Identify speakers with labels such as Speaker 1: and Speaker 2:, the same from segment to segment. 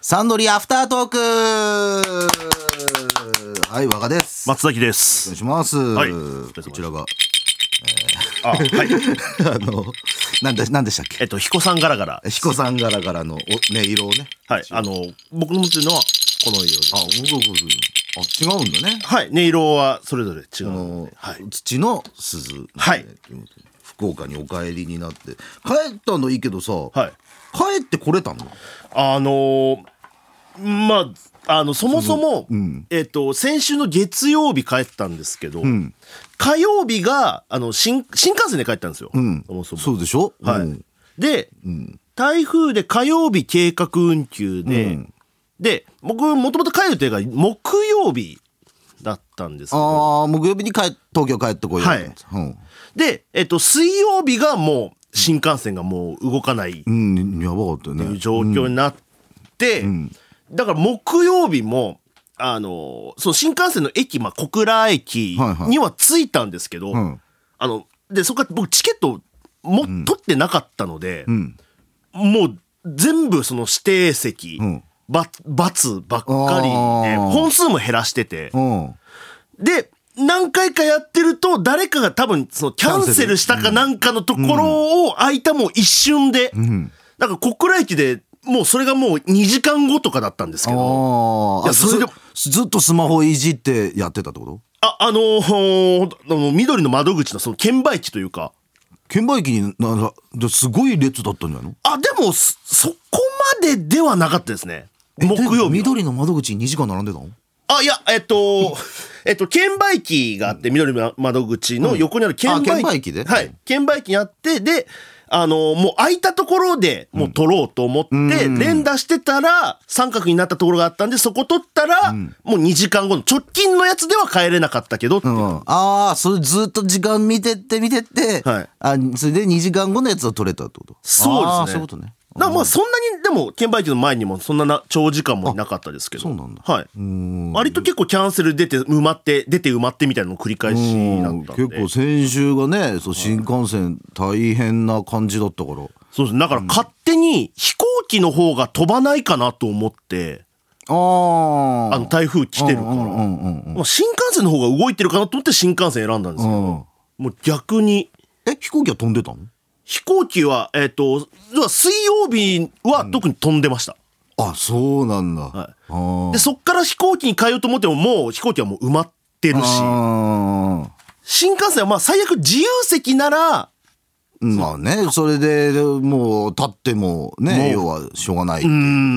Speaker 1: サンドリーアフタートークはい、若です。
Speaker 2: 松崎で
Speaker 1: お願い
Speaker 2: す。
Speaker 1: します。
Speaker 2: はい
Speaker 1: こちらが、
Speaker 2: あ、はい。
Speaker 1: あの、なんで、なんでしたっ
Speaker 2: え
Speaker 1: け
Speaker 2: っと、彦さんガラガラ。
Speaker 1: 彦さんガラガラのお音色をね。
Speaker 2: はい。あの、僕の持ってるのは、この色です。
Speaker 1: あ、僕僕あ、違うんだね。
Speaker 2: はい。音色はそれぞれ違
Speaker 1: あ
Speaker 2: うの
Speaker 1: の
Speaker 2: で。はい。
Speaker 1: 土の鈴。
Speaker 2: はい。
Speaker 1: 福岡にお帰りになって。帰ったのいいけどさ、
Speaker 2: はい。
Speaker 1: 帰ってこれたの
Speaker 2: あのーまあ、あの、そもそも、
Speaker 1: ん
Speaker 2: えっと、先週の月曜日帰ったんですけど、
Speaker 1: ん
Speaker 2: 火曜日が、あの、新、新幹線で帰ったんですよ。
Speaker 1: うん
Speaker 2: そもそも。
Speaker 1: そうでしょ
Speaker 2: はい。
Speaker 1: うん
Speaker 2: で、台風で火曜日計画運休で、
Speaker 1: うん
Speaker 2: で、僕、もともと帰るというか、木曜日だったんですけど、
Speaker 1: ああ、木曜日に帰っ東京帰ってこようと思って。うん
Speaker 2: で、えっと、水曜日がもう、新幹線がもう動かない
Speaker 1: うん、やばかったよ
Speaker 2: いう
Speaker 1: ね。
Speaker 2: 状況になって、だから木曜日も、あの、その新幹線の駅、まあ、小倉駅
Speaker 1: はいはい
Speaker 2: には着いたんですけど、
Speaker 1: うん
Speaker 2: あの、で、そこから僕チケットも、取ってなかったので、
Speaker 1: ん
Speaker 2: もう全部その指定席、
Speaker 1: うん
Speaker 2: ババツばっかりで
Speaker 1: あー
Speaker 2: 本数も減らしてて、
Speaker 1: うん。
Speaker 2: で、何回かやってると、誰かが多分、その、キャンセルしたかなんかのところを空いたもう一瞬で、なんか小倉駅でもうそれがもう2時間後とかだったんですけど、
Speaker 1: あー
Speaker 2: い
Speaker 1: あ、
Speaker 2: や
Speaker 1: それで
Speaker 2: そ
Speaker 1: ずっとスマホいじってやってたってこと
Speaker 2: あ、あのーほんとあの、緑の窓口のその券売機というか、
Speaker 1: 券売機にならですごい列だったんじゃないの
Speaker 2: あ、でも、そそこまでではなかったですね。木曜日は。
Speaker 1: 緑の窓口に2時間並んでたの
Speaker 2: あ、いや、えっと、えっと、券売機があって、緑の窓口の横にある券売機。
Speaker 1: あ券売機で
Speaker 2: はい。券売機にあって、で、あの、もう空いたところでもう取ろうと思って、連打してたら、三角になったところがあったんで、そこ取ったら、もう2時間後の、直近のやつでは帰れなかったけどっていう、
Speaker 1: うん、ああ、それずっと時間見てって見てって、
Speaker 2: はい
Speaker 1: あそれで2時間後のやつを取れたってこと
Speaker 2: そうです
Speaker 1: あー
Speaker 2: ね
Speaker 1: そういうことね。
Speaker 2: だからまあそんなに、でも、券売機の前にもそんなな長時間もいなかったですけど。
Speaker 1: そうなんだ
Speaker 2: はい。割と結構キャンセル出て、埋まって、出て埋まってみたいなの繰り返しだった
Speaker 1: うんん
Speaker 2: で。
Speaker 1: 結構先週がねそう新幹線大変な感じだったから
Speaker 2: そうですだから勝手に飛行機の方が飛ばないかなと思って、
Speaker 1: ああ
Speaker 2: あの台風来てるから、
Speaker 1: うんうんうんうん
Speaker 2: まあ新幹線の方が動いてるかなと思って新幹線選んだんですよ、
Speaker 1: うん
Speaker 2: もう逆に
Speaker 1: え飛行機は飛んでたの
Speaker 2: 飛行機はえっ、と要は水曜日は特に飛んでました、
Speaker 1: あそうなんだ、
Speaker 2: はい
Speaker 1: あー
Speaker 2: でそっから飛行機に変えようと思ってももう飛行機はもう埋まってるし
Speaker 1: あ
Speaker 2: 新幹線はまあ最悪自由席なら
Speaker 1: ーまあねそれでもう立ってもね要はしょうがないってい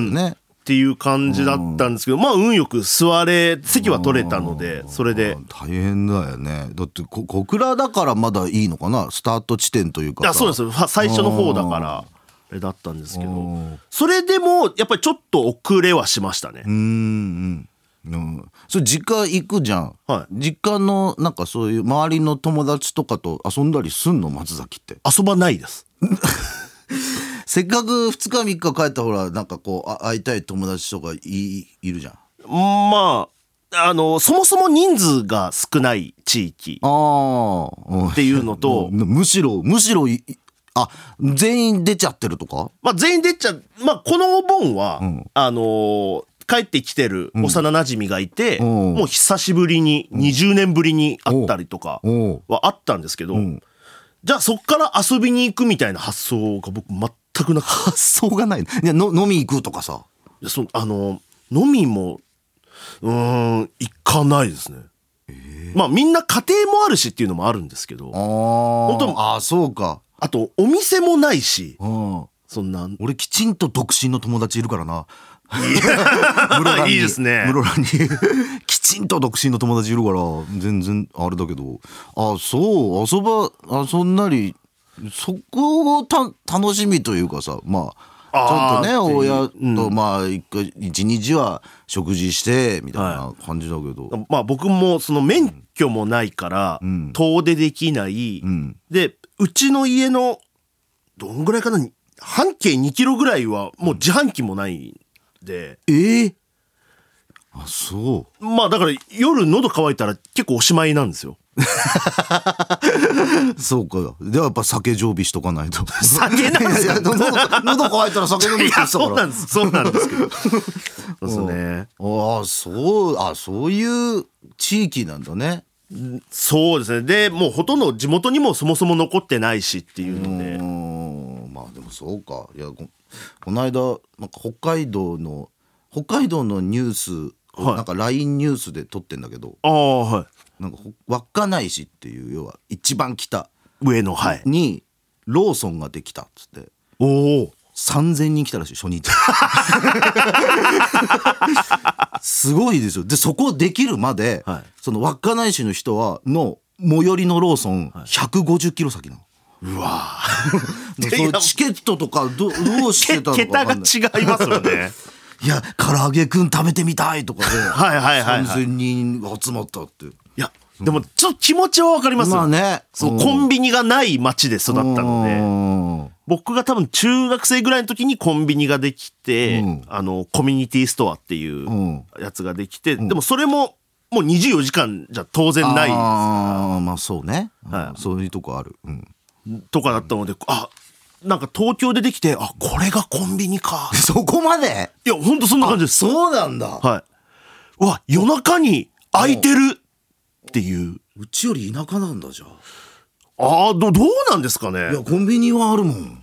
Speaker 1: うね
Speaker 2: っていう感じだったんですけど、まあ運よく座れ席は取れたのでそれで
Speaker 1: 大変だよねだってこ小倉だからまだいいのかなスタート地点というかさ
Speaker 2: あそうですよは最初の方だからあれだったんですけどそれでもやっぱりちょっと遅れはしましたね
Speaker 1: うーんうんうんそれ実家行くじゃん、
Speaker 2: は
Speaker 1: 実家のなんかそういう周りの友達とかと遊んだりすんの松崎って
Speaker 2: 遊ばないです
Speaker 1: せっかく2日3日帰ったほらなんかこうあ会いたい友達とかいいるじゃん
Speaker 2: まああのそもそも人数が少ない地域
Speaker 1: ああ。っ
Speaker 2: っていうのと
Speaker 1: むしろ、むしろい、いあ、全員出ちゃってるとか
Speaker 2: まあ全員出ちゃうまあこのお盆は、
Speaker 1: ん
Speaker 2: あの帰ってきてる幼なじみがいて、
Speaker 1: うん
Speaker 2: もう久しぶりに20年ぶりに会ったりとか
Speaker 1: おう
Speaker 2: はあったんですけど、
Speaker 1: ん
Speaker 2: じゃあそっから遊びに行くみたいな発想が僕全くなか った
Speaker 1: 発想がない。いや、の飲み行くとかさ。
Speaker 2: いやそのあの飲みもうーん行かないですね、まあみんな家庭もあるしっていうのもあるんですけど
Speaker 1: あ
Speaker 2: あ
Speaker 1: 本
Speaker 2: 当
Speaker 1: ああ、そうか。
Speaker 2: とお店もないし
Speaker 1: うん。
Speaker 2: そんな
Speaker 1: 俺きちんと独身の友達いるからな。
Speaker 2: いいですね
Speaker 1: 室蘭に。 きちんと独身の友達いるから、全然あれだけど。あ、そう、遊ば、遊んだり、そこをた楽しみというかさ、まあ、
Speaker 2: あ
Speaker 1: ち
Speaker 2: ー
Speaker 1: ょっとね、親
Speaker 2: っていううん
Speaker 1: と、まあ、一回、一日は食事して、みたいな感じだけど。
Speaker 2: まあ僕もその免許もないから
Speaker 1: ん
Speaker 2: 遠出できない、
Speaker 1: うん。
Speaker 2: でうちの家のどんぐらいかな半径2キロぐらいはもう自販機もないんで、
Speaker 1: ええあそ
Speaker 2: まあだから夜喉乾いたら結構おしまいなんですよ。
Speaker 1: う そうかではやっぱ酒常備しとかないと
Speaker 2: 酒なんです
Speaker 1: いや
Speaker 2: よ。
Speaker 1: いや喉喉乾いたら酒飲む
Speaker 2: い
Speaker 1: って言
Speaker 2: や、
Speaker 1: ってたか
Speaker 2: そうな
Speaker 1: ら
Speaker 2: んです。 そうなんですけど。そうですね。
Speaker 1: ああそうあそういう地域なんだね
Speaker 2: そうですね。で、もうほとんど地元にもそもそも残ってないしっていうの
Speaker 1: う
Speaker 2: で。
Speaker 1: んまあでもそうかいやここの間なんか北海道の北海道のニュースを
Speaker 2: はい
Speaker 1: なんか LINE ニュースで撮ってんだけど、
Speaker 2: ああ、はい。
Speaker 1: なんかほ稚内市っていう要は一番北
Speaker 2: 上の、はい。
Speaker 1: にローソンができたっつって
Speaker 2: おお。
Speaker 1: 3,000人来たらしい初日すごいですよでそこできるまで、
Speaker 2: はい
Speaker 1: その稚内市の人はの最寄りのローソン150キロ先なの。
Speaker 2: うわ
Speaker 1: でそのチケットとかどどうしてたのか分か
Speaker 2: 桁
Speaker 1: ん
Speaker 2: が
Speaker 1: ない
Speaker 2: 違いますよ ね。
Speaker 1: いや唐揚げくん食べてみたいとかで
Speaker 2: はいはいはいはい
Speaker 1: 3,000人集まったって
Speaker 2: いや、でもちょっと気持ちはわかりますよ。
Speaker 1: まあね
Speaker 2: そううんコンビニがない町で育ったので。
Speaker 1: の
Speaker 2: 僕が多分中学生ぐらいの時にコンビニができて、
Speaker 1: うん
Speaker 2: あのコミュニティストアってい
Speaker 1: ん
Speaker 2: うやつができて、でもそれももう24時間じゃ当然ない
Speaker 1: あーまあそうね、
Speaker 2: は
Speaker 1: そういうとこある、うん、
Speaker 2: とかだったので、あなんか東京でできてあこれがコンビニか
Speaker 1: そこまで
Speaker 2: いやほんとそんな感じです
Speaker 1: そうなんだ
Speaker 2: はいうわ夜中に空いてるっていう
Speaker 1: うちより田舎なんだじゃあ
Speaker 2: ああどどうなんですかね
Speaker 1: いやコンビニはあるもん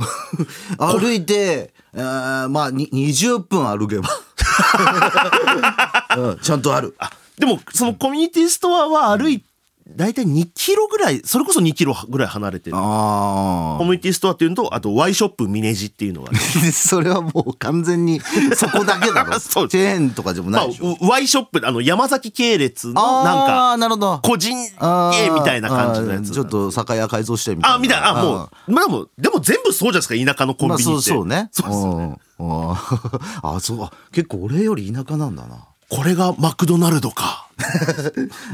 Speaker 1: 歩いて、えーまあに20分歩けば、 うん、ちゃんとある
Speaker 2: でもそのコミュニティストアは歩い大体2キロぐらいそれこそ2キロぐらい離れてる
Speaker 1: あ
Speaker 2: コミュニティストアっていうのと、あと、ワイショップミネジっていうのがある。
Speaker 1: あ それはもう完全にそこだけだろ
Speaker 2: そう
Speaker 1: チェーンとかでも
Speaker 2: ま
Speaker 1: な
Speaker 2: あ
Speaker 1: いでしょ、、
Speaker 2: ワイショップ、あの、山崎系列の、なん
Speaker 1: あ
Speaker 2: か、
Speaker 1: ーなるほど
Speaker 2: 個人
Speaker 1: あー
Speaker 2: 系みたいな感じのや
Speaker 1: あ
Speaker 2: つ。
Speaker 1: ーちょっ。と酒屋改造してみたいな
Speaker 2: あ、みたいな、あ、もう、まあでも、でも全部そうじゃないですか、田舎のコンビ
Speaker 1: ま
Speaker 2: ニ
Speaker 1: あ
Speaker 2: って。
Speaker 1: そうそうね
Speaker 2: そう
Speaker 1: う
Speaker 2: そうん
Speaker 1: あー あそうあ結構俺より田舎なんだな
Speaker 2: これがマクドナルドか。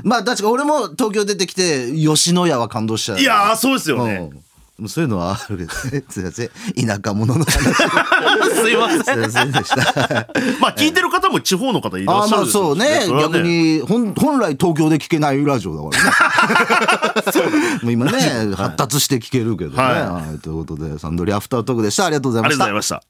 Speaker 1: まあ確か俺も東京出てきて吉野家は感動しちゃう
Speaker 2: いやー、そうですよね。
Speaker 1: うん、そういうのはあるけどねすいません田舎者の話
Speaker 2: すいませ
Speaker 1: すい
Speaker 2: ん。
Speaker 1: ません でした
Speaker 2: まあ、聞いてる方も地方の方いら
Speaker 1: あー
Speaker 2: っしゃ
Speaker 1: ま
Speaker 2: る
Speaker 1: あ
Speaker 2: でしょ
Speaker 1: そううね
Speaker 2: しそれは
Speaker 1: 逆に本本来東京で聞けないラジオだ からねもう今ね発達して聞けるけどね、
Speaker 2: はい
Speaker 1: はいということでサンドリーアフタートークでしたありがとうござい
Speaker 2: あ
Speaker 1: ま
Speaker 2: り
Speaker 1: し
Speaker 2: がとうご
Speaker 1: た
Speaker 2: ざいました。